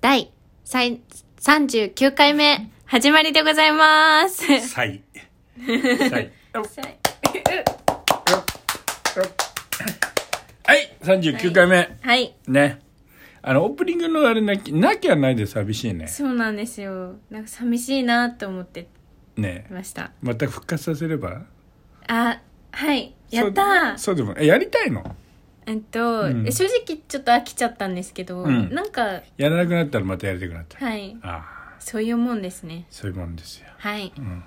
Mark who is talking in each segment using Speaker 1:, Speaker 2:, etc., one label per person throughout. Speaker 1: 最、39回目、始まりでございます。
Speaker 2: サイ。サイ。はい、39回目。
Speaker 1: はい。
Speaker 2: ね。あの、オープニングのあれなきなきゃないで寂しいね。
Speaker 1: そうなんですよ。なんか寂しいなと思って
Speaker 2: ね。
Speaker 1: ました。
Speaker 2: また復活させれば
Speaker 1: あ、はい。やったー
Speaker 2: そうでもそうでもえやりたいの
Speaker 1: えっと、
Speaker 2: うん
Speaker 1: 正直ちょっと飽きちゃったんですけど、
Speaker 2: うん
Speaker 1: なんか、
Speaker 2: やらなくなったらまたやりたくなった。
Speaker 1: はい。
Speaker 2: ああ、
Speaker 1: そういうもんですね。
Speaker 2: そういうもんですよ。
Speaker 1: はい。
Speaker 2: ん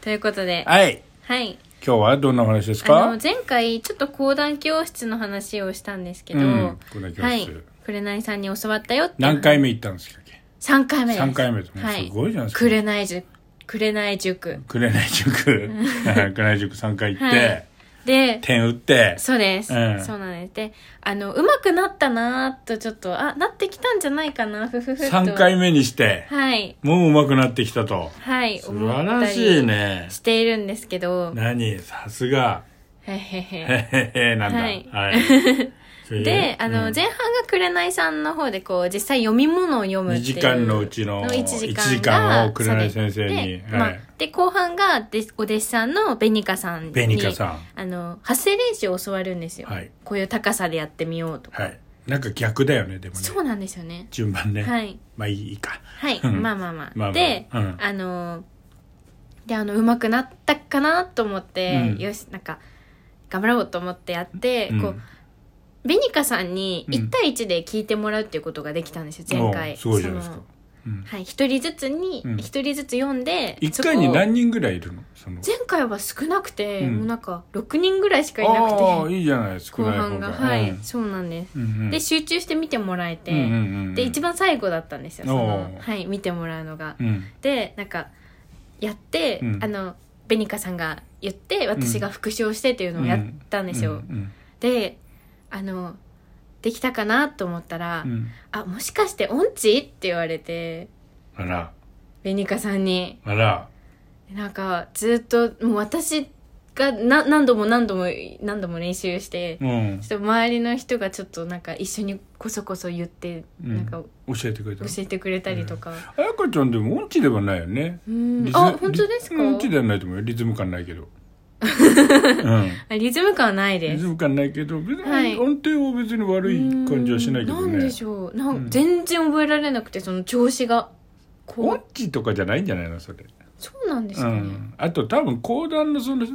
Speaker 1: ということで、
Speaker 2: はい。
Speaker 1: はい。
Speaker 2: 今日はどんなお話です
Speaker 1: あ
Speaker 2: か
Speaker 1: の、前回ちょっと講談教室の話をしたんですけど、
Speaker 2: うん講談教室
Speaker 1: はい。紅さんに教わったよって。
Speaker 2: 何回目行ったんですか
Speaker 1: 三回目です。
Speaker 2: 三回目ですね
Speaker 1: はい。
Speaker 2: すごいじゃないですか
Speaker 1: 紅塾。紅塾。
Speaker 2: くれない塾。 くれない塾3回行っ
Speaker 1: は
Speaker 2: て
Speaker 1: い、で、
Speaker 2: 点打って、
Speaker 1: そうです、
Speaker 2: うん
Speaker 1: そうなんです。で、あの、上手くなったなーとちょっと、あ、なってきたんじゃないかな、ふふふっと。
Speaker 2: 3回目にして、
Speaker 1: はい。
Speaker 2: もう上手くなってきたと。
Speaker 1: はい。
Speaker 2: 素晴らしいね。
Speaker 1: しているんですけど、
Speaker 2: 何さすが。
Speaker 1: へへへ。
Speaker 2: へへへなんだ。
Speaker 1: はい
Speaker 2: はい。それ
Speaker 1: で、あの、
Speaker 2: うん
Speaker 1: 前半が紅さんの方で、こう、実際読み物を読むってい
Speaker 2: 2
Speaker 1: う。
Speaker 2: 時間のうちの
Speaker 1: 1
Speaker 2: 1
Speaker 1: 時
Speaker 2: 時
Speaker 1: 間
Speaker 2: 間
Speaker 1: が
Speaker 2: を紅先生
Speaker 1: され
Speaker 2: に
Speaker 1: て。ま
Speaker 2: は
Speaker 1: あ
Speaker 2: い。
Speaker 1: で、後半がで、お弟子さんのベニカさんに。
Speaker 2: ベニカさん。
Speaker 1: あの、発声練習を教わるんですよ。
Speaker 2: はい
Speaker 1: こういう高さでやってみようとか。
Speaker 2: はい。なんか逆だよね、でもね。
Speaker 1: そうなんですよね。
Speaker 2: 順番ね。
Speaker 1: はい。
Speaker 2: まあいいか。
Speaker 1: はい。
Speaker 2: うん
Speaker 1: まあまあまあ。
Speaker 2: まあまあ
Speaker 1: で、
Speaker 2: うん
Speaker 1: あの、で、あの、上手くなったかなと思って、
Speaker 2: うん
Speaker 1: よし、なんか、頑張ろうと思ってやって、
Speaker 2: うん
Speaker 1: こう、ベニカさんに
Speaker 2: うん
Speaker 1: 1対1で聞いてもらうっていうことができたんですよ、前回。
Speaker 2: おすごいじゃないです
Speaker 1: そ
Speaker 2: か
Speaker 1: の。
Speaker 2: うん
Speaker 1: はい、一人ずつに、
Speaker 2: うん
Speaker 1: 一人ずつ読んで、
Speaker 2: 一
Speaker 1: そこ
Speaker 2: 回
Speaker 1: を
Speaker 2: に何人ぐらいいるのその。
Speaker 1: 前回は少なくて、
Speaker 2: うん
Speaker 1: もうなんか6人ぐらいしかいなく
Speaker 2: ああ、
Speaker 1: て、
Speaker 2: いいじゃないですか。
Speaker 1: 後半が、はい、そうなんです。で、集中して見てもらえて、で、一
Speaker 2: 番、
Speaker 1: 番最後だったんですよ、その
Speaker 2: お、ー
Speaker 1: はい、見てもらうのが
Speaker 2: う。ん
Speaker 1: で、なんか、やって、
Speaker 2: うん
Speaker 1: あの、ベニカさんが言って、私が復唱してっていうのをやったんですよ。
Speaker 2: うん
Speaker 1: で、あの、できたかなと思ったら、
Speaker 2: うんうん
Speaker 1: あ、もしかして音痴って言われて、
Speaker 2: あら、
Speaker 1: ベニカさんに。
Speaker 2: あら、
Speaker 1: なんかずっともう私がな何度も何度も何度も練習して、
Speaker 2: うん
Speaker 1: ちょっと周りの人がちょっとなんか一緒にこそこそ言って、
Speaker 2: うん
Speaker 1: なんか
Speaker 2: 教えてくれた
Speaker 1: 教
Speaker 2: の。
Speaker 1: えてくれたりとか、
Speaker 2: あやかちゃんでも音痴ではないよね。
Speaker 1: うん
Speaker 2: リズ
Speaker 1: あ本当ですか
Speaker 2: リ音痴ではないと思うよ。リズム感ない けど。うん。
Speaker 1: あリズム感はない
Speaker 2: リ
Speaker 1: で
Speaker 2: ズ
Speaker 1: す
Speaker 2: ム感ないけど、別
Speaker 1: はい
Speaker 2: に音程は別に悪い感じはしないけど
Speaker 1: うんなんで
Speaker 2: ね。
Speaker 1: しょうなん、
Speaker 2: うん
Speaker 1: 全然覚えられなくてその調子がこ
Speaker 2: 音
Speaker 1: う
Speaker 2: 痴とかじゃないんじゃないのそれ。
Speaker 1: そうなんです
Speaker 2: う
Speaker 1: かね、
Speaker 2: ん。あと多分講談のその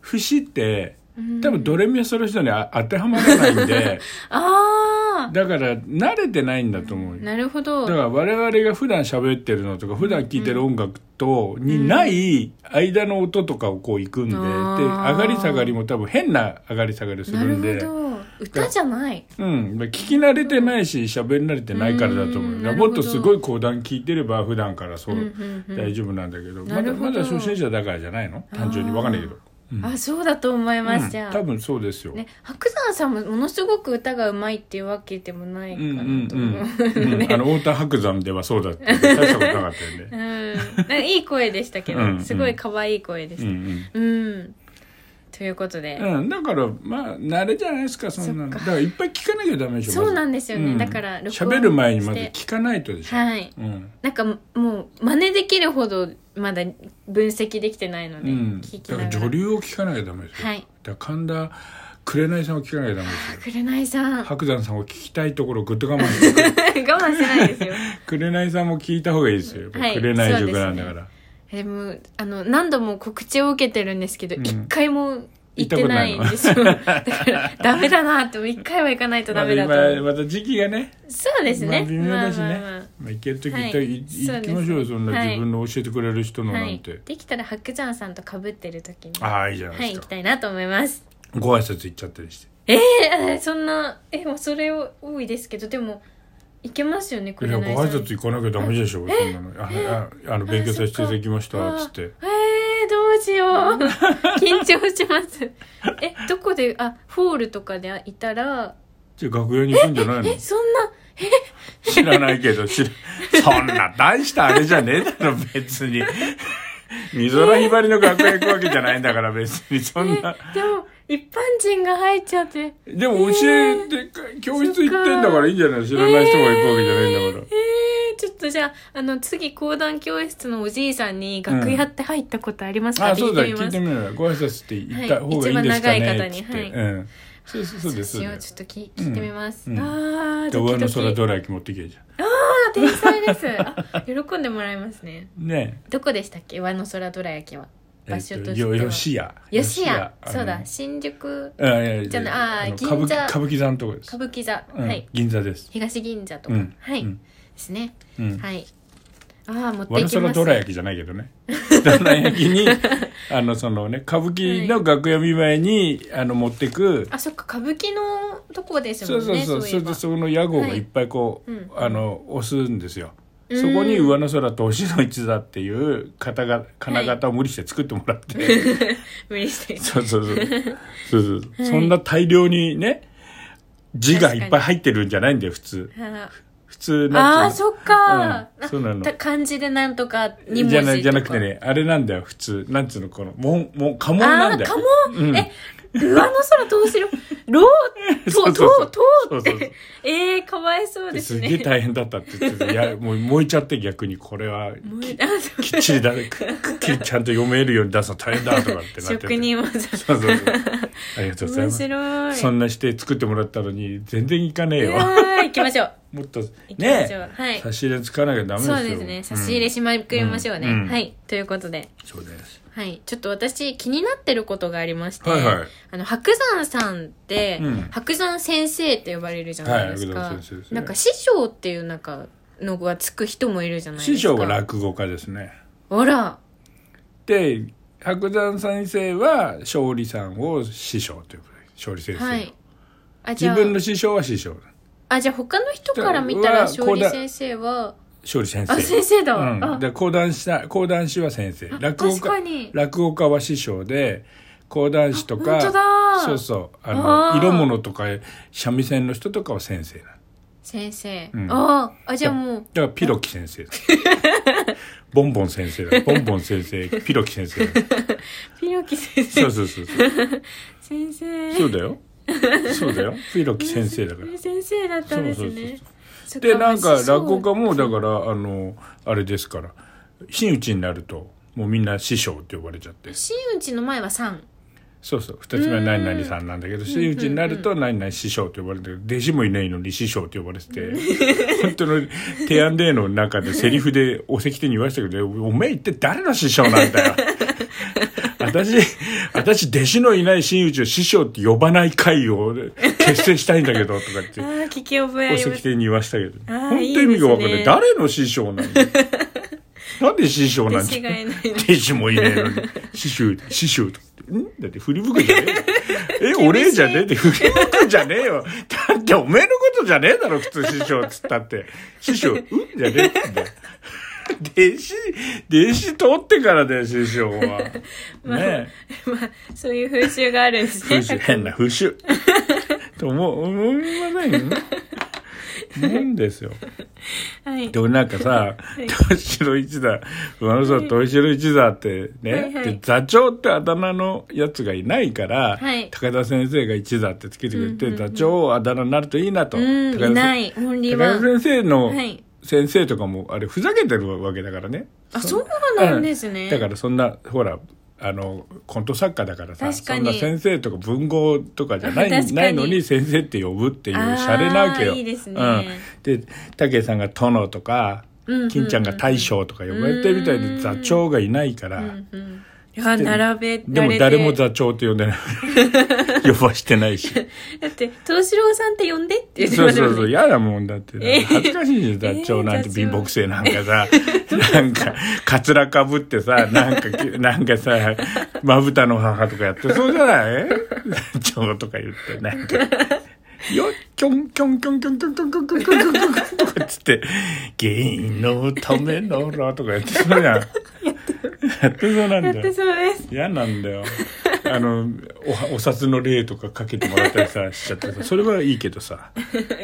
Speaker 2: 節って、
Speaker 1: うん
Speaker 2: 多分ドレミアソロシドにあ当てはまらない んで、
Speaker 1: あ
Speaker 2: だから慣れてないんだと思う
Speaker 1: あ
Speaker 2: よ。
Speaker 1: なるほど
Speaker 2: だから我々が普段喋ってるのとか普段聴いてる音楽とにない間の音とかをこう行くんで,、
Speaker 1: あ
Speaker 2: で
Speaker 1: ー
Speaker 2: 上がり下がりも多分変な上がり下がりす
Speaker 1: な
Speaker 2: るん
Speaker 1: る
Speaker 2: で
Speaker 1: ほど歌じゃない
Speaker 2: うん、聞き慣れてないし喋り慣れてないからだと思
Speaker 1: う
Speaker 2: うんだ
Speaker 1: な
Speaker 2: から
Speaker 1: るほど
Speaker 2: もっとすごい講談聞いてれば普段からそう、
Speaker 1: うんうんうん
Speaker 2: 大丈夫なんだけど
Speaker 1: な
Speaker 2: ま
Speaker 1: る
Speaker 2: だ
Speaker 1: ほど
Speaker 2: まだ初心者だからじゃないの単純に分かんないけど、うん
Speaker 1: あそうだと思います、じゃ
Speaker 2: う
Speaker 1: あ
Speaker 2: ん多分そうですよ、
Speaker 1: ね、白山さんもものすごく歌がうまいっていうわけでもない
Speaker 2: うん
Speaker 1: か
Speaker 2: うん
Speaker 1: なと
Speaker 2: う
Speaker 1: 思
Speaker 2: ん
Speaker 1: う、
Speaker 2: うんあの太田白山ではそうだって大したことなかったよ
Speaker 1: う
Speaker 2: ね、
Speaker 1: ん、なんかいい声でしたけど
Speaker 2: うんうん
Speaker 1: すごい可愛い声で
Speaker 2: う
Speaker 1: し
Speaker 2: んう
Speaker 1: た
Speaker 2: ん
Speaker 1: うん、ということで、
Speaker 2: うん、だからまあ慣れじゃないですかそんなの
Speaker 1: そっか
Speaker 2: だからいっぱい聞かなきゃダメでしょ
Speaker 1: そうなんんですよね、だから録音して
Speaker 2: 喋る前にまず聞かないとでしょ
Speaker 1: はい
Speaker 2: うん
Speaker 1: なんかもう真似できるほどまだ分析できてないので、
Speaker 2: うん、
Speaker 1: 聞き
Speaker 2: だか
Speaker 1: な
Speaker 2: ら
Speaker 1: が
Speaker 2: 女
Speaker 1: ら
Speaker 2: 流を聞かなきゃダメですよ、
Speaker 1: はい
Speaker 2: だから神田紅さんを聞かなきゃダメですよ
Speaker 1: 紅さん 我
Speaker 2: 白山さんを聞きたいところをぐっと我慢して
Speaker 1: 慢しないですよ
Speaker 2: 紅さんも聞いた方がいいですよ、
Speaker 1: はい
Speaker 2: 紅塾なんだから、
Speaker 1: でもあの何度も告知を受けてるんですけど
Speaker 2: うん
Speaker 1: 一、回も行ってないんですよだからダメだなって一回は行かないとダ
Speaker 2: ま
Speaker 1: メだと
Speaker 2: だ
Speaker 1: 思
Speaker 2: 今
Speaker 1: う
Speaker 2: また時期がね、
Speaker 1: そうです
Speaker 2: ま
Speaker 1: ね
Speaker 2: あ、微妙だしね、
Speaker 1: ま
Speaker 2: ま
Speaker 1: あ
Speaker 2: あ
Speaker 1: まあまあ
Speaker 2: 行ける時
Speaker 1: はい
Speaker 2: 行った、
Speaker 1: そ
Speaker 2: い
Speaker 1: う
Speaker 2: 行
Speaker 1: です
Speaker 2: きましょうよそんな
Speaker 1: はい
Speaker 2: 自分の教えてくれる人の
Speaker 1: は
Speaker 2: なん
Speaker 1: い
Speaker 2: て、、
Speaker 1: できたら白山さんとかぶってる時には
Speaker 2: ああいいじゃない
Speaker 1: い
Speaker 2: で
Speaker 1: 行
Speaker 2: す
Speaker 1: き
Speaker 2: か、
Speaker 1: たいなと思います
Speaker 2: ご挨拶行っちゃったりして
Speaker 1: えーそんなえもうそれを多いですけどでも行けますよね
Speaker 2: いや、ご
Speaker 1: 紅さん
Speaker 2: 挨拶行かなきゃダメでしょ、そんなの。あ、ああの、勉強させていただきました、
Speaker 1: あ
Speaker 2: つ
Speaker 1: そ
Speaker 2: っ
Speaker 1: か
Speaker 2: て。
Speaker 1: あーえー、どうしよ う緊張しますえどこであホールとかでいたら
Speaker 2: じゃあ楽屋に行くんじゃないの
Speaker 1: えそんな
Speaker 2: 知らないけど、知ら、そんな大したあれじゃねえだろ、別に。美空ひばりの楽屋行くわけじゃないんだから、別に、そんな。
Speaker 1: でも一般人が入っちゃって
Speaker 2: でも教えて、教室行ってんだからいいんじゃない知らない人が行くわけじゃないんだか
Speaker 1: えちょっとじゃあ、あの、次、講談教室のおじいさんに楽屋って入ったことありますか、
Speaker 2: あ、
Speaker 1: 聞
Speaker 2: そ
Speaker 1: いう
Speaker 2: だ、
Speaker 1: てみま
Speaker 2: 聞い
Speaker 1: す
Speaker 2: て。みるご挨拶って言った方がいいんですか
Speaker 1: はい
Speaker 2: ね。
Speaker 1: 一番長い方に
Speaker 2: つって
Speaker 1: はい
Speaker 2: うん。そうそうそうで
Speaker 1: し
Speaker 2: す。そう
Speaker 1: よう
Speaker 2: で
Speaker 1: ち
Speaker 2: す
Speaker 1: ょっとき聞いてみます。
Speaker 2: うん
Speaker 1: ああ、
Speaker 2: で
Speaker 1: ドキ
Speaker 2: 上の
Speaker 1: ドキ。
Speaker 2: 空どら焼き持ってけじゃ
Speaker 1: あ天才です。あ、喜んでもらえますね。
Speaker 2: ん。ね
Speaker 1: どこでしたっけ上の空どら焼きは。
Speaker 2: え。
Speaker 1: 場所と
Speaker 2: え
Speaker 1: し
Speaker 2: っ
Speaker 1: ては。
Speaker 2: よよしや。
Speaker 1: 吉屋。そう
Speaker 2: あ
Speaker 1: だ、
Speaker 2: の
Speaker 1: 新宿、
Speaker 2: あいやいや
Speaker 1: じゃないあー
Speaker 2: の
Speaker 1: 銀座
Speaker 2: 歌舞伎歌舞伎座のとこです
Speaker 1: 歌。舞伎座。
Speaker 2: うん
Speaker 1: はい。
Speaker 2: 銀座です。
Speaker 1: 東銀座と
Speaker 2: う
Speaker 1: か。
Speaker 2: ん。
Speaker 1: はい。
Speaker 2: うん
Speaker 1: ですね。
Speaker 2: うん。
Speaker 1: はい。ああ、持って
Speaker 2: わ
Speaker 1: い
Speaker 2: ら
Speaker 1: き
Speaker 2: そら
Speaker 1: ます。
Speaker 2: どら焼きじゃないけどね。どら焼き に、あの、そのね、歌舞伎の楽屋見舞いに、あの、持ってく、
Speaker 1: あ、そっか、歌舞伎のとこです
Speaker 2: そ
Speaker 1: も
Speaker 2: うんそう
Speaker 1: ね。
Speaker 2: そ、
Speaker 1: そううい
Speaker 2: そ
Speaker 1: え
Speaker 2: れで
Speaker 1: ば。
Speaker 2: その屋号がいっぱいこう、
Speaker 1: はいうん
Speaker 2: あの、押すんですよ。
Speaker 1: うん
Speaker 2: そこに上の空と星の一座っていう方が、金型を無理して作ってもらって、
Speaker 1: 無理して。
Speaker 2: そうそうそう。そうそうそうそんな大量にね、字がいっぱい入ってるんじゃないんだよ、普通。
Speaker 1: あ
Speaker 2: 普通
Speaker 1: あ
Speaker 2: な
Speaker 1: ー、
Speaker 2: んつうの
Speaker 1: そっか。
Speaker 2: うんそうなの
Speaker 1: た漢字でなんとか二文字とか。
Speaker 2: じゃない、じゃなくてね、あれなんだよ、普通。なんつうの、この、もん、もん、家紋
Speaker 1: あ
Speaker 2: な
Speaker 1: あ
Speaker 2: んだよ。
Speaker 1: かも、
Speaker 2: うん
Speaker 1: え上の空どうしろろう
Speaker 2: そ
Speaker 1: と
Speaker 2: うそうそう
Speaker 1: ととっ
Speaker 2: そうそうそう
Speaker 1: て えー、かわいそうですす
Speaker 2: げえ
Speaker 1: ね
Speaker 2: 大変だったって言ってて、いや、もう燃えちゃって逆にこれは、
Speaker 1: もうあそう
Speaker 2: きっちり だ、くくっきりちゃんと読めるように出すの大変だとかってなってて。
Speaker 1: 職人技
Speaker 2: そうそうそう。ありがとうござ
Speaker 1: 面
Speaker 2: います。
Speaker 1: 白い
Speaker 2: そんなして作ってもらったのに、全然いかねえ
Speaker 1: い
Speaker 2: よ
Speaker 1: や。ー行きましょう
Speaker 2: もっと、
Speaker 1: 行きま
Speaker 2: ね
Speaker 1: しょう
Speaker 2: え、
Speaker 1: はい
Speaker 2: 差し入れ使わなきゃ ダメですよ。
Speaker 1: そうですね差し入れ
Speaker 2: うん
Speaker 1: しまくりましょうね、
Speaker 2: うんうん
Speaker 1: はいということで
Speaker 2: そうです。
Speaker 1: はいちょっと私気になってることがありまして、
Speaker 2: はいはい
Speaker 1: あの白山さんって、
Speaker 2: うん
Speaker 1: 白山先生って呼ばれるじゃないですか、
Speaker 2: はい白山先生ですね
Speaker 1: なんか師匠っていうなんかのがつく人もいるじゃないですか
Speaker 2: 師匠は落語家ですね。
Speaker 1: あら
Speaker 2: で、白山先生は、勝利さんを師匠ということで、勝利先生を。
Speaker 1: はい。あ、じ
Speaker 2: 自
Speaker 1: ゃあ、
Speaker 2: 分の師匠は師匠。
Speaker 1: あ、じゃあ他の人から見たら、
Speaker 2: じゃ
Speaker 1: 勝
Speaker 2: あこうだ
Speaker 1: 利先生は、
Speaker 2: 勝利先生。
Speaker 1: あ、先生だ。
Speaker 2: うん、
Speaker 1: あ、
Speaker 2: で講談した講談師は先生落語
Speaker 1: 確か
Speaker 2: 家
Speaker 1: に。
Speaker 2: 落語家は師匠で講談師とか
Speaker 1: あ本当だ
Speaker 2: そうそうあの
Speaker 1: あー
Speaker 2: 色物とか三味線の人とかは先生なの
Speaker 1: 先生。
Speaker 2: うん
Speaker 1: ああ、じゃあもう、
Speaker 2: だからピロキ先 生だボンボン先生だボンボン先生ピロキ先生だ
Speaker 1: ピロキ先生。
Speaker 2: そうそうそうそう
Speaker 1: 先生。
Speaker 2: そうだ よそうだよピロキ先生だ から
Speaker 1: 先生だったんです
Speaker 2: そうそうそう
Speaker 1: ね。そっ
Speaker 2: でなんか
Speaker 1: まあ師匠
Speaker 2: 落語家もだからあのあれですから真打ちになるともうみんな師匠って呼ばれちゃって
Speaker 1: 真打ちの前は三。
Speaker 2: そうそう二つ目は何々さんなんだけど真打ちになると何々師匠と呼ばれてる弟子もいないのに師匠と呼ばれてて 本当の提案デーの中でセリフでお席手に言わせたけどおめえって誰の師匠なん だよ私私弟子のいない真打ちを師匠って呼ばない会を結成したいんだけどとかって
Speaker 1: ああ、聞き覚えあ
Speaker 2: お
Speaker 1: りま
Speaker 2: 席
Speaker 1: す。
Speaker 2: 手に言わせたけど
Speaker 1: あー
Speaker 2: 本当意味が分かん
Speaker 1: い
Speaker 2: ない
Speaker 1: いですね
Speaker 2: 誰の師匠な んだよなんで師匠
Speaker 1: 弟
Speaker 2: なんだ
Speaker 1: 子
Speaker 2: よ
Speaker 1: がいないの。
Speaker 2: 弟子もいねえのに、師匠、師匠とかって。んだって振り向くじゃねえ よ。え、お礼じゃねえって振り向くじゃねえよ。だっておめえのことじゃねえだろ、普通師匠っつったって。師匠、うんじゃねえってんだよ。弟子、弟子取ってからだよ、師匠は。ねえ。
Speaker 1: まあ、そういう風習があるんですね。
Speaker 2: 風習、変な風習。と思う、思いません 思うんですよ。
Speaker 1: はい
Speaker 2: で。もなんかさ
Speaker 1: い
Speaker 2: 「東城一座」「馬のさん東城一座」ってね、
Speaker 1: はいはい
Speaker 2: で座長ってあだ名のやつがいないから、
Speaker 1: はい
Speaker 2: 高田先生が一座ってつけてくれて、座長あだ名になるといいなと。
Speaker 1: うん、
Speaker 2: 高田
Speaker 1: いな
Speaker 2: 先
Speaker 1: い。オンリーワ
Speaker 2: 高田
Speaker 1: ン。
Speaker 2: 先生の
Speaker 1: はい
Speaker 2: 先生とかもあれふざけてるわけだからね。
Speaker 1: あ、そうなんです
Speaker 2: う
Speaker 1: ね。
Speaker 2: んだからそんなほらあのコント作家だからさ
Speaker 1: 確か
Speaker 2: そん
Speaker 1: に
Speaker 2: な先生とか文豪とかじゃな
Speaker 1: 確か
Speaker 2: い
Speaker 1: に
Speaker 2: ないのに先生って呼ぶっていう
Speaker 1: あー
Speaker 2: 洒落なわけよ。
Speaker 1: いいですね
Speaker 2: うん、で武井さんが殿とか
Speaker 1: うんうんうん
Speaker 2: 金ちゃんが大将とか呼ばれてるみたいに座長がいないから、
Speaker 1: うんうん。いや、並べられて。
Speaker 2: でも誰も座長って呼んで ない呼ばしてないし
Speaker 1: だって東四郎さんって呼んでって言って
Speaker 2: そう
Speaker 1: ました
Speaker 2: そ
Speaker 1: もん
Speaker 2: う
Speaker 1: ね
Speaker 2: そう嫌だもんだって
Speaker 1: えー
Speaker 2: 恥ずかしいじゃん座長なんて
Speaker 1: えー
Speaker 2: 貧乏くせえなんかさなんかかつらかぶってさなんかなんかさまぶたの母とかやってそうじゃない座長とか言ってなんか。よキョンキョンキョンキョンキョンキョンキョンキョンキョンキョンキョンキョンとかっつって「芸人のためのら」とかやってそうじゃんやってそうなんだ
Speaker 1: や
Speaker 2: よ
Speaker 1: ってそうです
Speaker 2: 嫌なんだよあのおはお札の例とかかけてもらったりさしちゃってさそれはいいけどさ、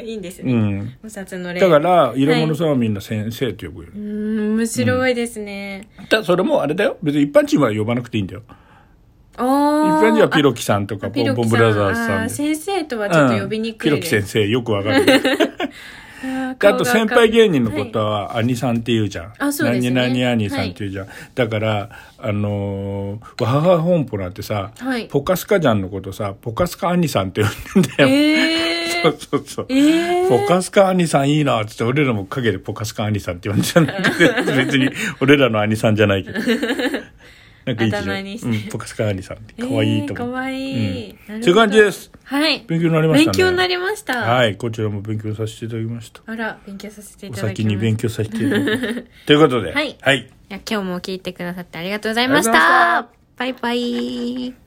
Speaker 1: いいんです
Speaker 2: う
Speaker 1: ね、
Speaker 2: ん、
Speaker 1: お札の例
Speaker 2: だから色物さんはみんな先生と呼ぶよ、
Speaker 1: うーん面白いですね、
Speaker 2: だそれもあれだよ別に一般人は呼ばなくていいんだよ一
Speaker 1: あー
Speaker 2: 般人はピロキさんとか
Speaker 1: あ
Speaker 2: ボ
Speaker 1: ピ
Speaker 2: ン
Speaker 1: ロキ
Speaker 2: ボ
Speaker 1: さん
Speaker 2: ンブラザーズ
Speaker 1: あ
Speaker 2: さん
Speaker 1: ー
Speaker 2: で
Speaker 1: 先生とはちょっと呼びにくい
Speaker 2: うんピロ
Speaker 1: で
Speaker 2: キ
Speaker 1: す、
Speaker 2: 先生よくわかる
Speaker 1: あ
Speaker 2: であと先輩芸人のことは兄さんって言うじゃん、
Speaker 1: あそうですね
Speaker 2: 何々兄さんって言うじゃん、だからあのー、わはは本舗なんてさ、
Speaker 1: はい
Speaker 2: ポカスカジャンのことさポカスカ兄さんって呼んでんだよ、
Speaker 1: え
Speaker 2: そう
Speaker 1: ー、
Speaker 2: そうそう、
Speaker 1: えー、
Speaker 2: ポカスカ兄さんいいなっつって俺らも陰でポカスカ兄さんって呼んでたんだけど別に俺らの兄さんじゃないけどなんかいいじゃん、
Speaker 1: 頭にして
Speaker 2: うん、ポカスカ兄さんって可愛い
Speaker 1: え
Speaker 2: と思う、
Speaker 1: ー、かわいい、
Speaker 2: うん
Speaker 1: なるほど
Speaker 2: そういう感じです
Speaker 1: はい
Speaker 2: 勉強になりましたね
Speaker 1: 勉強になりました、
Speaker 2: はいこちらも勉強させていただきました
Speaker 1: あら勉強させてい
Speaker 2: お
Speaker 1: ただきました
Speaker 2: 先に勉強させていただきますということ で
Speaker 1: はい
Speaker 2: はい
Speaker 1: いや今日も聞いてくださってありがとうございました
Speaker 2: ありがとうございま
Speaker 1: バイバイ